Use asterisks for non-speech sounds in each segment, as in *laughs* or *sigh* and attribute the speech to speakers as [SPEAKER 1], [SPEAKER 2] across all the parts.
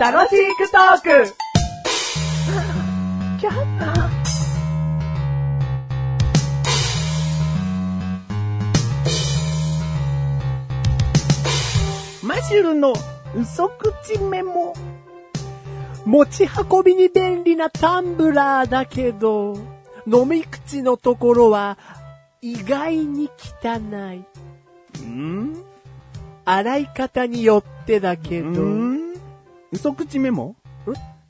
[SPEAKER 1] 楽しくトーク
[SPEAKER 2] マシュルの嘘口メモ。持ち運びに便利なタンブラーだけど、飲み口のところは意外に汚い。
[SPEAKER 3] ん
[SPEAKER 2] 洗い方によってだけ
[SPEAKER 3] う
[SPEAKER 2] ど、
[SPEAKER 3] ん嘘口メモ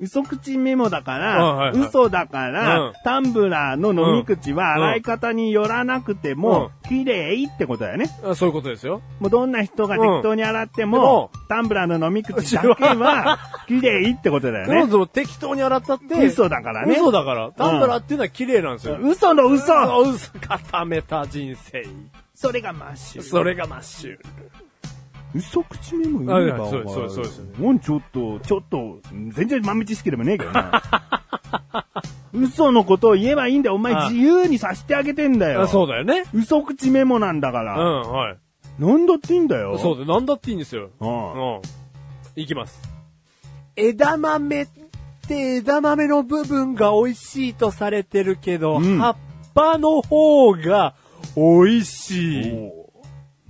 [SPEAKER 3] 嘘口メモだか
[SPEAKER 4] うんはい
[SPEAKER 3] ら、
[SPEAKER 4] はい
[SPEAKER 3] 嘘だか
[SPEAKER 4] う
[SPEAKER 3] ら
[SPEAKER 4] ん、
[SPEAKER 3] タンブラーの飲み口は洗い方によらなくても、綺麗ってことだよね。
[SPEAKER 4] あそういうことですよ。
[SPEAKER 3] もうどんな人が適当に洗って
[SPEAKER 4] うんで
[SPEAKER 3] も
[SPEAKER 4] も、
[SPEAKER 3] タンブラーの飲み口だけ
[SPEAKER 2] *laughs*
[SPEAKER 3] は、綺麗ってことだよ
[SPEAKER 4] 彼
[SPEAKER 3] ね。
[SPEAKER 4] 女を適当に洗ったって、
[SPEAKER 3] 嘘だからね。
[SPEAKER 4] 嘘だから。タンブラーっていうのは綺麗なんですよ。
[SPEAKER 3] 嘘の嘘
[SPEAKER 4] 嘘嘘固めた人生。
[SPEAKER 3] それがマッシュ。
[SPEAKER 4] それがマッシュル。
[SPEAKER 3] 嘘口メモ読めば
[SPEAKER 4] あそうです
[SPEAKER 3] わかる
[SPEAKER 4] そうですそう
[SPEAKER 3] もうちょっと、ちょっと、全然豆知識でもねえけどな。 *laughs* 嘘のことを言えばいいんだよ。お前
[SPEAKER 4] あ
[SPEAKER 3] 自由にさせてあげてんだよ。
[SPEAKER 4] あそうだよね。
[SPEAKER 3] 嘘口メモなんだか
[SPEAKER 4] うん、
[SPEAKER 3] ら。
[SPEAKER 4] はい。
[SPEAKER 3] なんだっていいんだよ。
[SPEAKER 4] そうだよ。なんだっていいんですよ。
[SPEAKER 3] うん
[SPEAKER 4] うん。いきます。
[SPEAKER 2] 枝豆って枝豆の部分が美味しいとされてるけど、
[SPEAKER 3] うん
[SPEAKER 2] 葉っぱの方が美味しい。
[SPEAKER 3] おう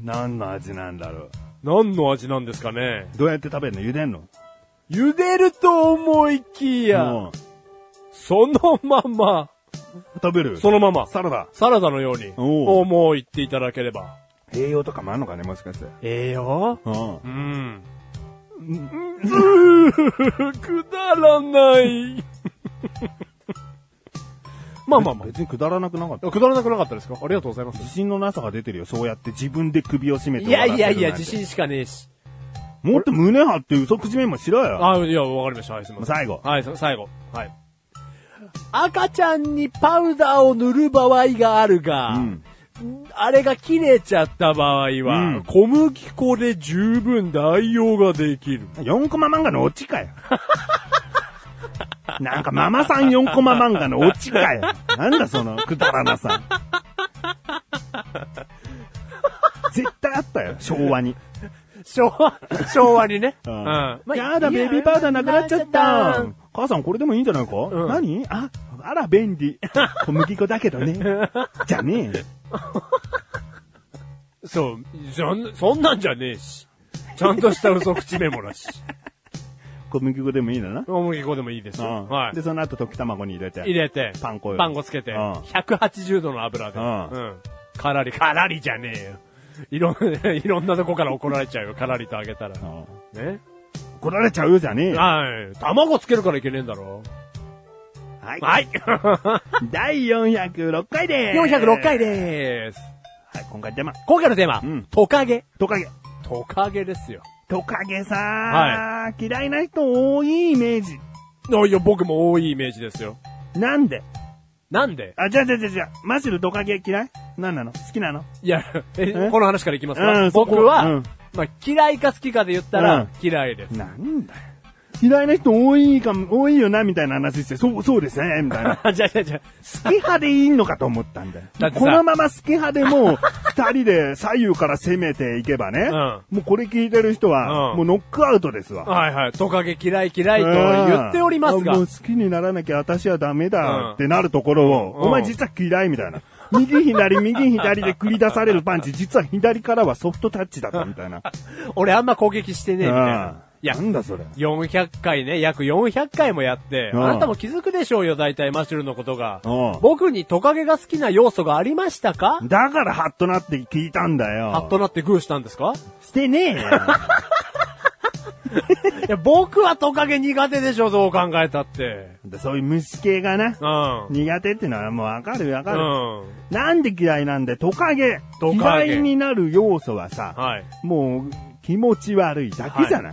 [SPEAKER 3] 何の味なんだろう。
[SPEAKER 4] 何の味なんですかね
[SPEAKER 3] どうやって食べるの茹でんの
[SPEAKER 2] 茹でると思いきや、
[SPEAKER 3] うん
[SPEAKER 4] そのまま、
[SPEAKER 3] 食べる
[SPEAKER 4] そのまま、
[SPEAKER 3] サラダ。
[SPEAKER 4] サラダのように、
[SPEAKER 3] おう
[SPEAKER 4] おもう言っていただければ。
[SPEAKER 3] 栄養とかもあんのかね、もしかして。
[SPEAKER 2] ええよ。
[SPEAKER 3] うん
[SPEAKER 4] う。ん。
[SPEAKER 2] *laughs*
[SPEAKER 4] くだらない。 *laughs* まあまあま
[SPEAKER 3] 別にくだらなくなかった。
[SPEAKER 4] あ。くだらなくなかったですかありがとうございます。
[SPEAKER 3] 自信のなさが出てるよ。そうやって自分で首を絞めて
[SPEAKER 2] い
[SPEAKER 3] 終わ
[SPEAKER 2] や
[SPEAKER 3] らせる
[SPEAKER 2] いやいや、
[SPEAKER 3] なんて
[SPEAKER 2] 自。信しかねえし。
[SPEAKER 3] もっと胸張って嘘口メモしろよ。
[SPEAKER 4] あ、いや、わかりました。はい、すみません。
[SPEAKER 3] 最後
[SPEAKER 4] はい、さ最後。はい。
[SPEAKER 2] 赤ちゃんにパウダーを塗る場合があるが、
[SPEAKER 3] うん
[SPEAKER 2] あれが切れちゃった場合は、
[SPEAKER 3] うん
[SPEAKER 2] 小麦粉で十分代用ができる。
[SPEAKER 3] 4コマ漫画のオチかよ。 *laughs* なんかママさん4コマ漫画のオチかよ。なんだそのくだらな
[SPEAKER 4] *laughs*
[SPEAKER 3] さ。絶対あったよ、昭和に。
[SPEAKER 4] 昭和、昭和にね。
[SPEAKER 3] う
[SPEAKER 4] うんん。
[SPEAKER 3] やだ、ベビーパウダーなくなっちゃっ
[SPEAKER 2] なくなっちゃ
[SPEAKER 3] た
[SPEAKER 2] っ。
[SPEAKER 3] 母さんこれでもいいんじゃないか、
[SPEAKER 4] ん
[SPEAKER 3] 何あ、あら、便
[SPEAKER 4] *laughs*
[SPEAKER 3] 利。小麦粉だけどね。じゃねえよ。
[SPEAKER 4] そう、そん、そんなんじゃねえし。ちゃんとした嘘口メモだし。
[SPEAKER 3] 小麦粉でもいいのな。
[SPEAKER 4] 小麦粉でもいいですよ。
[SPEAKER 3] うん
[SPEAKER 4] はい
[SPEAKER 3] で、。その後溶き卵に入れて。
[SPEAKER 4] 入れて、
[SPEAKER 3] パン粉よ
[SPEAKER 4] パン粉つけて、
[SPEAKER 3] うん
[SPEAKER 4] 180度の油で、
[SPEAKER 3] う
[SPEAKER 4] うんん。からり、からりじゃねえよ。いろん、いろんな *laughs* とこから怒られちゃうよ。からりと揚げたら。
[SPEAKER 3] うん
[SPEAKER 4] ね。
[SPEAKER 3] 怒られちゃうよじゃねえよ。
[SPEAKER 4] はい。卵つけるからいけねえんだろ。
[SPEAKER 3] はい *laughs*
[SPEAKER 4] はい。
[SPEAKER 3] 第406回でーす。
[SPEAKER 4] 406回でーす。
[SPEAKER 3] はい、今回テーマ。
[SPEAKER 4] 今回のテーマ、
[SPEAKER 3] うん
[SPEAKER 4] トカゲ。
[SPEAKER 3] トカゲ。
[SPEAKER 4] トカゲですよ。
[SPEAKER 3] トカゲさー、嫌いな人多いイメージ。
[SPEAKER 4] いや、僕も多いイメージですよ。
[SPEAKER 3] なんで
[SPEAKER 4] なんで
[SPEAKER 3] あ、じゃあじゃあじゃあじゃあ、マシルトカゲ嫌いなんなの好きなの
[SPEAKER 4] いや、
[SPEAKER 3] え
[SPEAKER 4] え、この話からいきます
[SPEAKER 3] う
[SPEAKER 4] か
[SPEAKER 3] んそこ
[SPEAKER 4] 僕は、
[SPEAKER 3] うん
[SPEAKER 4] まあ、嫌いか好きかで言った
[SPEAKER 3] うん
[SPEAKER 4] ら、嫌いです。 *laughs*
[SPEAKER 3] なんだよ。嫌いな人多いかも、多いよな、みたいな話して、そう、そうですね、みたい
[SPEAKER 4] *laughs*
[SPEAKER 3] な。
[SPEAKER 4] あ、じゃあじゃあじゃあ
[SPEAKER 3] 好き派でいいのかと思ったんだよ。
[SPEAKER 4] だってさ
[SPEAKER 3] このまま好き派でもう、二人で左右から攻めていけばね、
[SPEAKER 4] ん
[SPEAKER 3] もうこれ聞いてる人は、
[SPEAKER 4] うん
[SPEAKER 3] もうノックアウトですわ。
[SPEAKER 4] はいはい。トカゲ嫌い嫌いと言っておりますが
[SPEAKER 3] あもう。好きにならなきゃ私はダメ
[SPEAKER 4] うん
[SPEAKER 3] だってなるところを、
[SPEAKER 4] うん
[SPEAKER 3] お前実は嫌いみたいな。右左、右左で繰り出されるパンチ、実は左からはソフトタッチだったみたいな。
[SPEAKER 4] 俺あんま攻撃してねえみたい
[SPEAKER 3] うん
[SPEAKER 4] な。いや
[SPEAKER 3] な、んだそれ。
[SPEAKER 4] 400回ね、約400回もやって、
[SPEAKER 3] うん
[SPEAKER 4] あなたも気づくでしょうよ、大体マシュルのことが
[SPEAKER 3] うん。
[SPEAKER 4] 僕にトカゲが好きな要素がありましたか
[SPEAKER 3] だからハッとなって聞いたんだよ。
[SPEAKER 4] ハッとなってグーしたんですか
[SPEAKER 3] してねえよ。
[SPEAKER 4] いや、僕はトカゲ苦手でしょ、どう考えたって。
[SPEAKER 3] *laughs* そういう虫系がな、
[SPEAKER 4] うん。
[SPEAKER 3] 苦手ってのはもうわかるわかる。
[SPEAKER 4] うん。
[SPEAKER 3] なんで嫌いなんだよ、トカゲ。
[SPEAKER 4] トカゲ
[SPEAKER 3] 嫌いになる要素はさ、
[SPEAKER 4] はい。
[SPEAKER 3] もう気持ち悪いだけじゃない。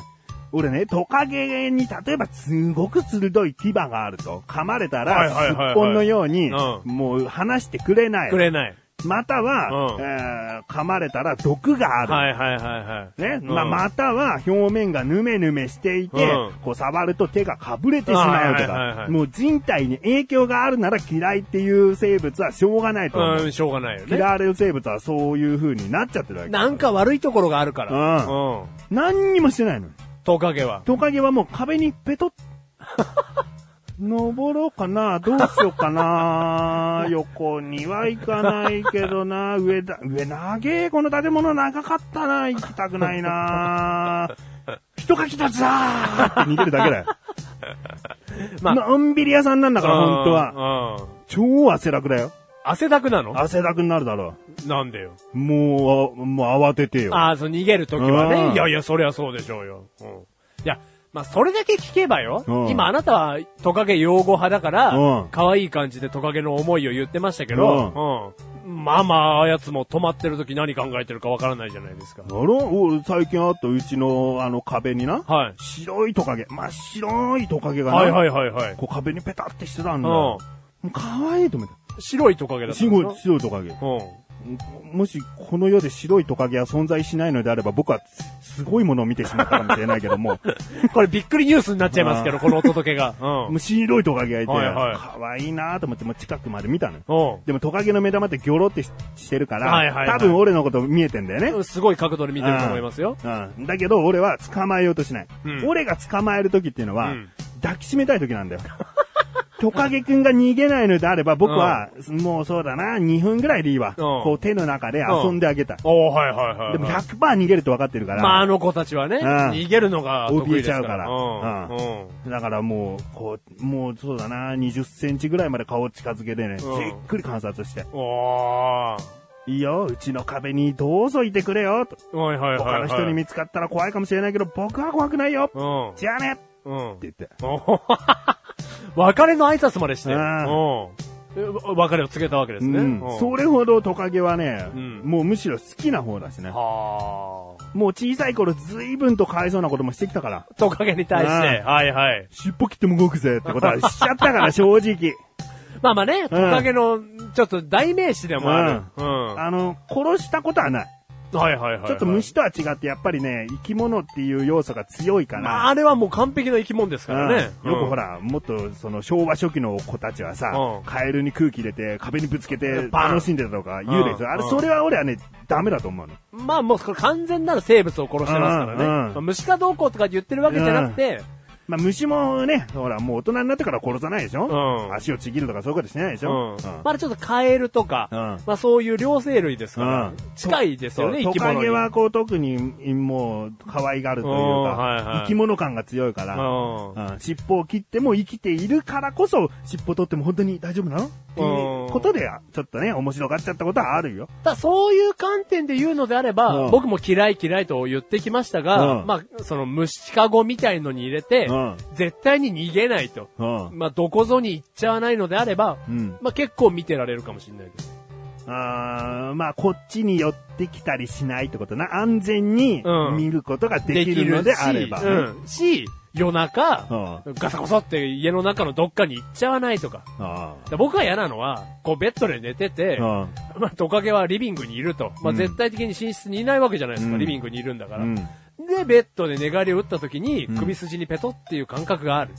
[SPEAKER 3] 俺ね、トカゲに例えばすごく鋭い牙があると、噛まれた
[SPEAKER 4] はいはいはいは
[SPEAKER 3] ら、
[SPEAKER 4] い
[SPEAKER 3] すっぽんのように
[SPEAKER 4] う、ん
[SPEAKER 3] もう離してくれない。
[SPEAKER 4] くれない。
[SPEAKER 3] または、
[SPEAKER 4] うん
[SPEAKER 3] えー噛まれたら毒がある。
[SPEAKER 4] はいはいはいはい。
[SPEAKER 3] ね、
[SPEAKER 4] うん
[SPEAKER 3] まあ、または表面がヌメヌメしていて、
[SPEAKER 4] うん
[SPEAKER 3] こう触ると手がかぶれてしまうとか、
[SPEAKER 4] はいはいはいはい
[SPEAKER 3] もう人体に影響があるなら嫌いっていう生物はしょうがないと思う。
[SPEAKER 4] うん、しょうがないよね。
[SPEAKER 3] 嫌われる生物はそういう風になっちゃってるわけ。
[SPEAKER 2] なんか悪いところがあるか
[SPEAKER 3] う。
[SPEAKER 2] ら。
[SPEAKER 4] うんん。
[SPEAKER 3] 何にもしてないのに。
[SPEAKER 4] トカゲは。
[SPEAKER 3] トカゲはもう壁にペ *laughs* トッ。登ろうかなどうしようかな横には行かないけどな上だ、上長えこの建物長かったな行きたくないな人が来たぞーって逃げるだけ *laughs* だよ。
[SPEAKER 4] まあ
[SPEAKER 3] のんびり屋さんなんだから、本当は。
[SPEAKER 4] は。うん。
[SPEAKER 3] 超汗だくだよ。
[SPEAKER 4] 汗だくなの
[SPEAKER 3] 汗だくになるだろ
[SPEAKER 4] なんでよ。
[SPEAKER 3] う。もう、あもう慌ててよ。
[SPEAKER 4] ああ、そう、逃げるときは
[SPEAKER 3] うん
[SPEAKER 4] ね。いやいや、そりゃそうでしょうよ。うん。いや、まあ、それだけ聞けばよ
[SPEAKER 3] うん。
[SPEAKER 4] 今、あなたはトカゲ擁護派だか
[SPEAKER 3] うん
[SPEAKER 4] ら、可愛い感じでトカゲの思いを言ってましたけど、うん。まあまあ、あやつも止まってるとき何考えてるかわからないじゃないですか。
[SPEAKER 3] だろお最近あったうちの、あの壁にな。
[SPEAKER 4] はい。
[SPEAKER 3] 白いトカゲ、真っ白いトカゲがな、
[SPEAKER 4] はいはいはいはい。
[SPEAKER 3] こう壁にペタってしてたんだ
[SPEAKER 4] うん
[SPEAKER 3] よ。もう可愛いと思っ
[SPEAKER 4] 白いトカゲだ
[SPEAKER 3] た。
[SPEAKER 4] ったん
[SPEAKER 3] 白
[SPEAKER 4] ですか
[SPEAKER 3] い、白いトカゲ。
[SPEAKER 4] う
[SPEAKER 3] もし、この世で白いトカゲは存在しないのであれば、僕はすすごいものを見てしまったかもしれないけど
[SPEAKER 4] *laughs*
[SPEAKER 3] も、
[SPEAKER 4] ん。これびっくりニュースになっちゃいますけど、このお届けが。う
[SPEAKER 3] も *laughs*
[SPEAKER 4] ん。
[SPEAKER 3] う白いトカゲがいて、
[SPEAKER 4] はいはい
[SPEAKER 3] 可愛いなと思って、もう近くまで見たのよ。
[SPEAKER 4] う
[SPEAKER 3] でもトカゲの目玉ってギョロってししてるから、
[SPEAKER 4] はいはいはい
[SPEAKER 3] 多分俺のこと見えてんだよね。
[SPEAKER 4] ん。すごい角度で見てると思いますよ。
[SPEAKER 3] うん。だけど、俺は捕まえようとしない。
[SPEAKER 4] うん
[SPEAKER 3] 俺が捕まえる時っていうのは、
[SPEAKER 4] うん
[SPEAKER 3] 抱きしめたい時なんだよ。 *laughs* トカゲくんが逃げないのであれば、僕は、もうそうだな、2分ぐらいでいいわ。こう手の中で遊んであげたい。
[SPEAKER 4] おーはいはいはいはい。
[SPEAKER 3] でも100%逃げると分かってるから、
[SPEAKER 4] まあ、あの子たちはね、
[SPEAKER 3] うん
[SPEAKER 4] 逃げるのが得意ですから。
[SPEAKER 3] 怯えちゃうから
[SPEAKER 4] うん。うん。
[SPEAKER 3] だからもう、こう、もうそうだな、20センチぐらいまで顔を近づけてね、
[SPEAKER 4] うん
[SPEAKER 3] じっくり観察して、
[SPEAKER 4] おー。
[SPEAKER 3] いいよ、うちの壁にどうぞいてくれよ、と。
[SPEAKER 4] はいはいはい、は
[SPEAKER 3] 他の
[SPEAKER 4] い。
[SPEAKER 3] 人に見つかったら怖いかもしれないけど、僕は怖くないよ。
[SPEAKER 4] うん。
[SPEAKER 3] じゃあねって
[SPEAKER 4] うん。
[SPEAKER 3] 言って。
[SPEAKER 4] おー別れの挨拶までして。
[SPEAKER 3] う
[SPEAKER 4] うんん。え別れを告げたわけですね。
[SPEAKER 3] うん、それほどトカゲはね、
[SPEAKER 4] うん
[SPEAKER 3] もうむしろ好きな方だしね。
[SPEAKER 4] はあ。
[SPEAKER 3] もう小さい頃随分とかわいそうなこともしてきたから、
[SPEAKER 4] トカゲに対して、
[SPEAKER 3] う
[SPEAKER 4] はいはい。
[SPEAKER 3] 尻尾切っても動くぜってことは *laughs* しちゃったから、正直。
[SPEAKER 4] まあまあね、トカゲの、ちょっと代名詞でもある。うん。は
[SPEAKER 3] あの、殺したことはない。
[SPEAKER 4] いはいはいはい。
[SPEAKER 3] ちょっと虫とは違って、やっぱりね、生き物っていう要素が強いか
[SPEAKER 4] まあ、
[SPEAKER 3] ら。
[SPEAKER 4] あれはもう完璧な生き物ですからね。
[SPEAKER 3] うんよくほ
[SPEAKER 4] ら。
[SPEAKER 3] ら、もっと、その、昭和初期の子たちはさ、
[SPEAKER 4] うん
[SPEAKER 3] カエルに空気入れて、壁にぶつけて、
[SPEAKER 4] バン
[SPEAKER 3] 楽しんでたとか言うでしょ。
[SPEAKER 4] うん
[SPEAKER 3] あれ、
[SPEAKER 4] うん
[SPEAKER 3] それは俺はね、ダメだと思うの。
[SPEAKER 4] まあもうこれ完全なる生物を殺してますからね。
[SPEAKER 3] うんうん
[SPEAKER 4] まあ虫かどうこうとか言ってるわけじゃなくて、
[SPEAKER 3] まあ、虫もね、ほら、もう大人になってから殺さないでしょ、
[SPEAKER 4] うん
[SPEAKER 3] 足をちぎるとかそういうことしないでしょ、うん
[SPEAKER 4] まだちょっとカエルとか、
[SPEAKER 3] うん
[SPEAKER 4] まあそういう両生類ですから、
[SPEAKER 3] うん
[SPEAKER 4] 近いですよね、
[SPEAKER 3] そう
[SPEAKER 4] 生き
[SPEAKER 3] ト
[SPEAKER 4] 物に。
[SPEAKER 3] カゲはこう特にもう可愛がるというか、
[SPEAKER 4] うんはいはい
[SPEAKER 3] 生き物感が強いから、
[SPEAKER 4] う
[SPEAKER 3] うん尻尾を切っても生きているからこそ、尻尾取っても本当に大丈夫なのっていうことで、ちょっとね、面白がっちゃったことはあるよ。
[SPEAKER 4] ん。ただそういう観点で言うのであれば、
[SPEAKER 3] うん
[SPEAKER 4] 僕も嫌い嫌いと言ってきましたが、
[SPEAKER 3] うん
[SPEAKER 4] まあその虫かごみたいのに入れて、
[SPEAKER 3] うん
[SPEAKER 4] 絶対に逃げないと。
[SPEAKER 3] うん。
[SPEAKER 4] まあどこぞに行っちゃわないのであれば、
[SPEAKER 3] うん。
[SPEAKER 4] まあ結構見てられるかもしれないです。
[SPEAKER 3] あーまあ、こっちに寄ってきたりしないってことな。安全に
[SPEAKER 4] うん
[SPEAKER 3] 見ることができるのであれば。
[SPEAKER 4] できるし、うんし夜中、
[SPEAKER 3] う
[SPEAKER 4] ガサゴソって家の中のどっかに行っちゃわないとか。
[SPEAKER 3] あ
[SPEAKER 4] だから僕が嫌なのは、こうベッドで寝てて、
[SPEAKER 3] ー
[SPEAKER 4] まあ、トカゲはリビングにいると。
[SPEAKER 3] う
[SPEAKER 4] まあ、
[SPEAKER 3] ん
[SPEAKER 4] 絶対的に寝室にいないわけじゃないですか、
[SPEAKER 3] うん
[SPEAKER 4] リビングにいるんだか
[SPEAKER 3] う
[SPEAKER 4] ら。
[SPEAKER 3] ん。うん
[SPEAKER 4] で、ベッドで寝返りを打った時に、
[SPEAKER 3] うん
[SPEAKER 4] 首筋にペトっていう感覚がある。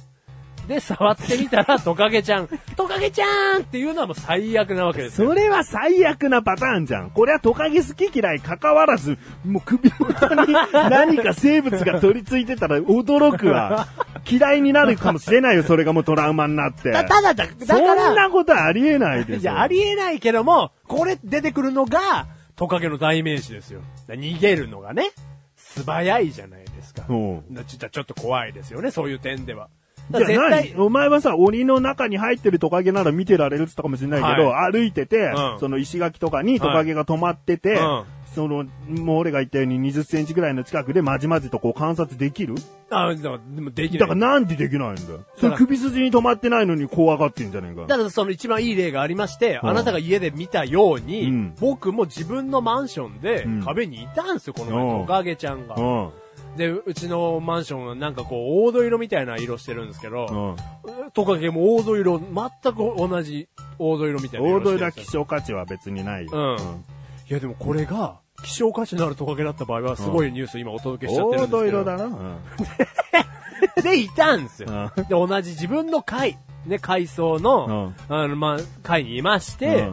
[SPEAKER 4] で、触ってみ
[SPEAKER 3] *laughs*
[SPEAKER 4] たら、トカゲちゃん、トカゲちゃんっていうのはもう最悪なわけですよ。
[SPEAKER 3] それは最悪なパターンじゃん。これはトカゲ好き嫌い関わらず、もう首元に何か生物が取り付いてたら驚くわ。嫌いになるかもしれないよ、それがもうトラウマになって。
[SPEAKER 2] ただだ、だ
[SPEAKER 3] そ
[SPEAKER 2] か
[SPEAKER 3] ん
[SPEAKER 2] ら、
[SPEAKER 3] なことありえないでしょ。
[SPEAKER 4] いや、ありえないけども、これ出てくるのが、トカゲの代名詞ですよ。だ逃げるのがね、素早いじゃないですか。
[SPEAKER 3] うん
[SPEAKER 4] だちょちょっと怖いですよね、そういう点では。だ
[SPEAKER 3] じ
[SPEAKER 4] か
[SPEAKER 3] ゃ
[SPEAKER 4] ら
[SPEAKER 3] あ何お前はさ、檻の中に入ってるトカゲなら見てられるって言ったかもしれないけど、歩いてて、
[SPEAKER 4] うん
[SPEAKER 3] その石垣とかにトカゲが止まってて、
[SPEAKER 4] うん
[SPEAKER 3] その、もう俺が言ったように20センチぐらいの近くでまじまじとこう観察できる
[SPEAKER 4] あ、でもでもできない。
[SPEAKER 3] だからなんでできないんだよ。それ首筋に止まってないのに怖がってんじゃねえか。
[SPEAKER 4] だからその一番いい例がありまして、
[SPEAKER 3] うん
[SPEAKER 4] あなたが家で見たように、
[SPEAKER 3] うん
[SPEAKER 4] 僕も自分のマンションで
[SPEAKER 3] うん
[SPEAKER 4] 壁にいたんですよ、この
[SPEAKER 3] うん
[SPEAKER 4] 前、トカゲちゃんが。
[SPEAKER 3] うん。
[SPEAKER 4] で、うちのマンションはなんかこう、黄土色みたいな色してるんですけど、
[SPEAKER 3] うん。
[SPEAKER 4] トカゲも黄土色、全く同じ黄土色みたいな
[SPEAKER 3] 大
[SPEAKER 4] 色して
[SPEAKER 3] 戸
[SPEAKER 4] るん
[SPEAKER 3] だ
[SPEAKER 4] で
[SPEAKER 3] 希
[SPEAKER 4] すよ。
[SPEAKER 3] 少価値は別にないよ。
[SPEAKER 4] うんいやでもこれが、希少価値のあるトカゲだった場合は、すごいニュース今お届けしちゃってる
[SPEAKER 3] 大
[SPEAKER 4] んです
[SPEAKER 3] 戸
[SPEAKER 4] けど。
[SPEAKER 3] 色だな。うん。
[SPEAKER 4] *laughs* で、いたんですよ。
[SPEAKER 3] うん
[SPEAKER 4] で、同じ自分の会、ね、階層の、あの、まあ、会にいまして、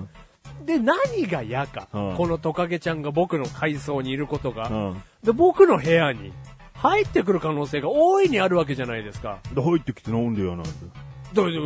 [SPEAKER 4] で、何が嫌か、
[SPEAKER 3] うん
[SPEAKER 4] このトカゲちゃんが僕の階層にいることが、
[SPEAKER 3] うん。うん。
[SPEAKER 4] で、僕の部屋に入ってくる可能性が大いにあるわけじゃないですか。
[SPEAKER 3] で、入ってきて飲んでよなんて。
[SPEAKER 4] だだだベ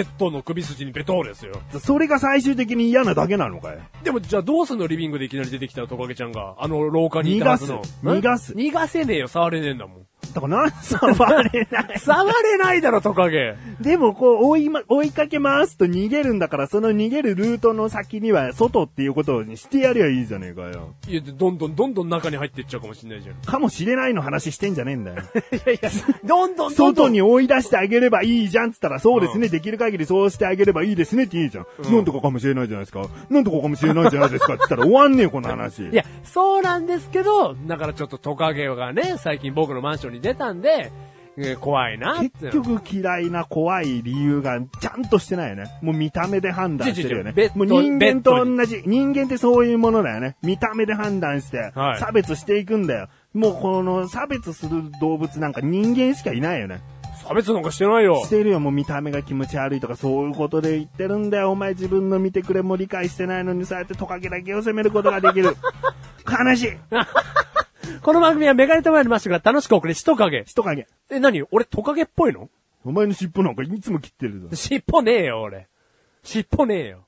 [SPEAKER 4] ッドの首筋にベトーですよ。
[SPEAKER 3] それが最終的に嫌なだけなのかい
[SPEAKER 4] でも、じゃあどうすんのリビングでいきなり出てきたトカゲちゃんが、あの廊下にいたはずの。
[SPEAKER 3] 逃がす
[SPEAKER 4] ん逃がせねえよ、触れねえんだもん。
[SPEAKER 3] だからなん触れ *laughs* ない。
[SPEAKER 4] 触れないだろ、トカゲ。
[SPEAKER 3] でもこう追い、ま、追いかけ回すと逃げるんだから、その逃げるルートの先には外っていうことにしてやりゃいいじゃねえかよ。
[SPEAKER 4] いや、でどんどんどんどん中に入っていっちゃうかもしれないじゃん。
[SPEAKER 3] かもしれないの話してんじゃねえんだよ。
[SPEAKER 4] いやいや、どんどんどんどん。
[SPEAKER 3] 外に追い出してあげればいいじゃんっつったら、そうですね、できる限りそうしてあげればいいですねっていいじゃん。なんとかかもしれないじゃないですか。なんとかかもしれないじゃないですかっつったら終わんねえ、この話。
[SPEAKER 4] いや、そうなんですけど、だからちょっとトカゲがね、最近僕のマンションに出たんで、えー怖いなって。
[SPEAKER 3] 結局嫌いな怖い理由がちゃんとしてないよね。もう見た目で判断してるよね
[SPEAKER 4] 違う違う。
[SPEAKER 3] もう
[SPEAKER 4] ベッド
[SPEAKER 3] 人間と
[SPEAKER 4] ベッドに
[SPEAKER 3] 同じ。人間ってそういうものだよね。見た目で判断して、
[SPEAKER 4] はい
[SPEAKER 3] 差別していくんだよ。もうこの差別する動物なんか人間しかいないよね。
[SPEAKER 4] 差別なんかしてないよ
[SPEAKER 3] し。てるよ、もう見た目が気持ち悪いとかそういうことで言ってるんだよ。お前自分の見てくれも理解してないのにそうやってトカゲだけを責めることができる。悲しい
[SPEAKER 4] この番組はメガネたまにましたから楽しくおくれ、しトカゲ。
[SPEAKER 3] トカゲ。
[SPEAKER 4] え、何俺トカゲっぽいの
[SPEAKER 3] お前の尻尾なんかいつも切ってるぞ。
[SPEAKER 4] 尻尾ねえよ、俺。尻尾ねえよ。